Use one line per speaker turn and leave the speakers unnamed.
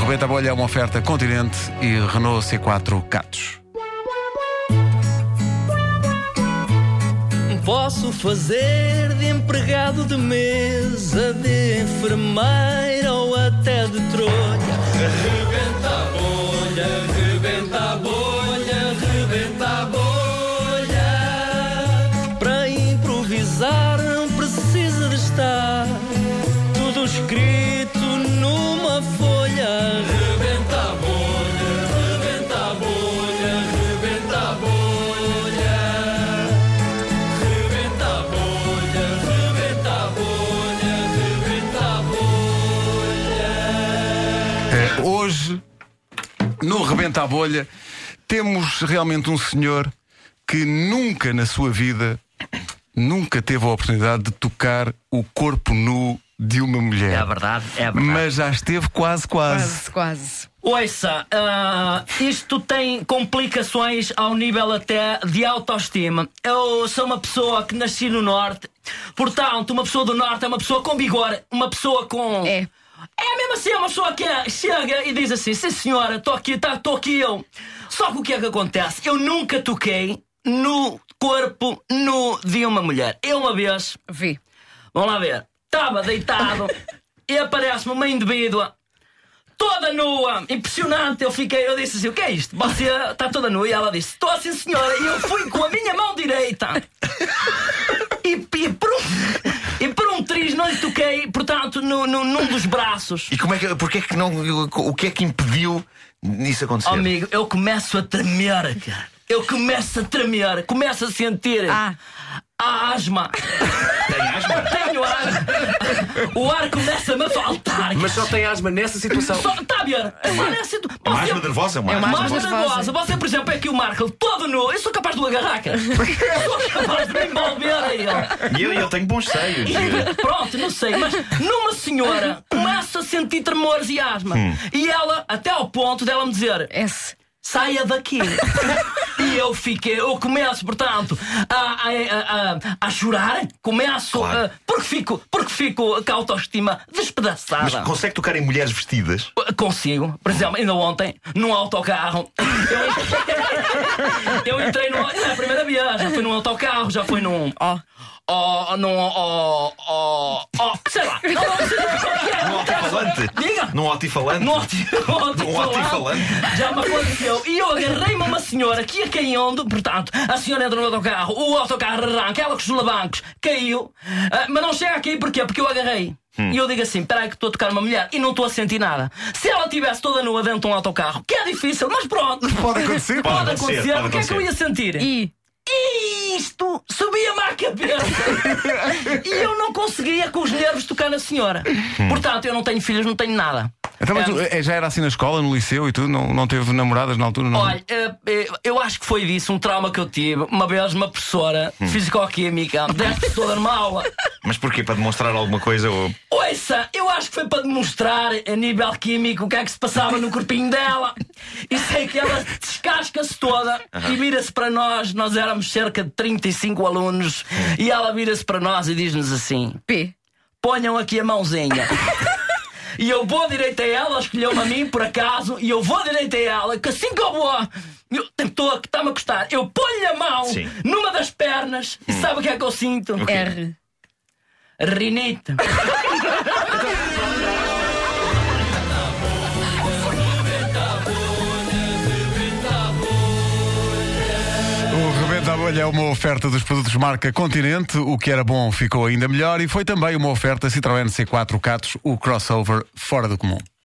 Rebenta a Bolha é uma oferta Continente e Renault C4 Catos.
Posso fazer de empregado de mesa, de enfermeira ou até de trolha. Rebenta a bolha, rebenta a bolha, rebenta a bolha. Para improvisar não precisa de estar tudo escrito numa folha. Rebenta a bolha, rebenta a bolha, rebenta a bolha. Rebenta a bolha, rebenta a bolha, rebenta a bolha.
É, hoje, no Rebenta a Bolha, temos realmente um senhor que nunca na sua vida, nunca teve a oportunidade de tocar o corpo nu de uma mulher.
É verdade, é verdade.
Mas já esteve quase, quase.
Quase, quase.
Ouça, ah, isto tem complicações ao nível até de autoestima. Eu sou uma pessoa que nasci no Norte, portanto, uma pessoa do Norte é uma pessoa com vigor, uma pessoa com.
É.
É mesmo assim, é uma pessoa que chega e diz assim: sim senhora, estou aqui, estou aqui eu. Só que o que é que acontece? Eu nunca toquei no corpo nu de uma mulher. Eu uma vez
Vi.
Vamos lá ver. Estava deitado e aparece-me uma indivídua toda nua. Impressionante. Eu fiquei, eu disse assim: o que é isto? Você está toda nua? E ela disse: estou assim, senhora. E eu fui com a minha mão direita. E, e por um, e por um triz não lhe toquei, portanto, no, no- num dos braços.
E como é que, porque é que não, o que é que impediu isso acontecer?
Oh, amigo, eu começo a tremer, cara. Eu começo a tremer, começo a sentir
Ah.
a asma. Tenho asma. O ar começa-me a faltar.
Mas só tem asma nessa situação.
Só, tá, Biana? Só nessa tu-
É uma
Você-
asma nervosa, é uma
É uma
asma
asma
nervosa.
nervosa. Você, por exemplo, é aqui o Marco, todo nu. Eu sou capaz de o agarrar, cara. sou capaz de me envolver a ele.
E eu, eu tenho bons seios.
É Pronto, não sei, mas numa senhora começa a sentir tremores e asma. E ela, até ao ponto dela me dizer:
S.
saia daqui. e eu fiquei, eu começo, portanto, a, a, a, a- a chorar, começo,
Claro.
a- porque fico, porque fico com a autoestima despedaçada. Eh,
Mas consegue tocar em mulheres vestidas?
Consigo, por exemplo, ainda ontem, num autocarro, eu, eu entrei no. Na primeira viagem, já foi num autocarro, já foi num.
Oh.
Ó.
Ó, num. Ó, ó, ó, sei lá. Então, Não, não, sei lá qual que é.
Num altifalante?
Diga.
Num altifalante?
Num alti-
Num altifalante?
Já me aconteceu. E eu agarrei-me a uma senhora que ia caindo, portanto, a senhora entra no autocarro, o autocarro arranca, ela com os alavancos, caiu, ah, mas não chega a cair porquê? Porque eu agarrei. E eu digo assim: peraí, que estou a tocar uma mulher e não estou a sentir nada. Se ela estivesse toda nua dentro de um autocarro, que é difícil, mas pronto.
Pode acontecer.
Pode
Pode acontecer,
acontecer, pode
o que é que eu ia sentir?
I.
isto subia-me à cabeça e eu não conseguia com os nervos tocar na senhora. Portanto, eu não tenho filhos, não tenho nada.
Então, mas
É.
tu, eh, já era assim na escola, no liceu e tudo? Não, não teve namoradas na altura? Não?
Olha, eh, eh, eu acho que foi disso um trauma que eu tive. Uma vez, uma professora de fisicoquímica, deste toda numa aula.
Mas porquê? Para demonstrar alguma coisa? Ou...
Ouça, eu acho que foi para demonstrar a nível químico o que é que se passava no corpinho dela. E sei que ela descasca-se toda e vira-se para nós. Nós éramos cerca de 35 alunos. E ela vira-se para nós e diz-nos assim:
P.
ponham aqui a mãozinha. e eu vou direito a ela, escolheu-me a mim por acaso, e eu vou direito a ela, que assim que eu vou, eu estou a que está-me a custar, eu ponho a mão
Sim.
numa das pernas e sabe o que é que eu sinto?
R.
Rinite.
O Rebenta a Bolha é uma oferta dos produtos marca Continente. O que era bom ficou ainda melhor e foi também uma oferta Citroën C4 Catos, o crossover fora do comum.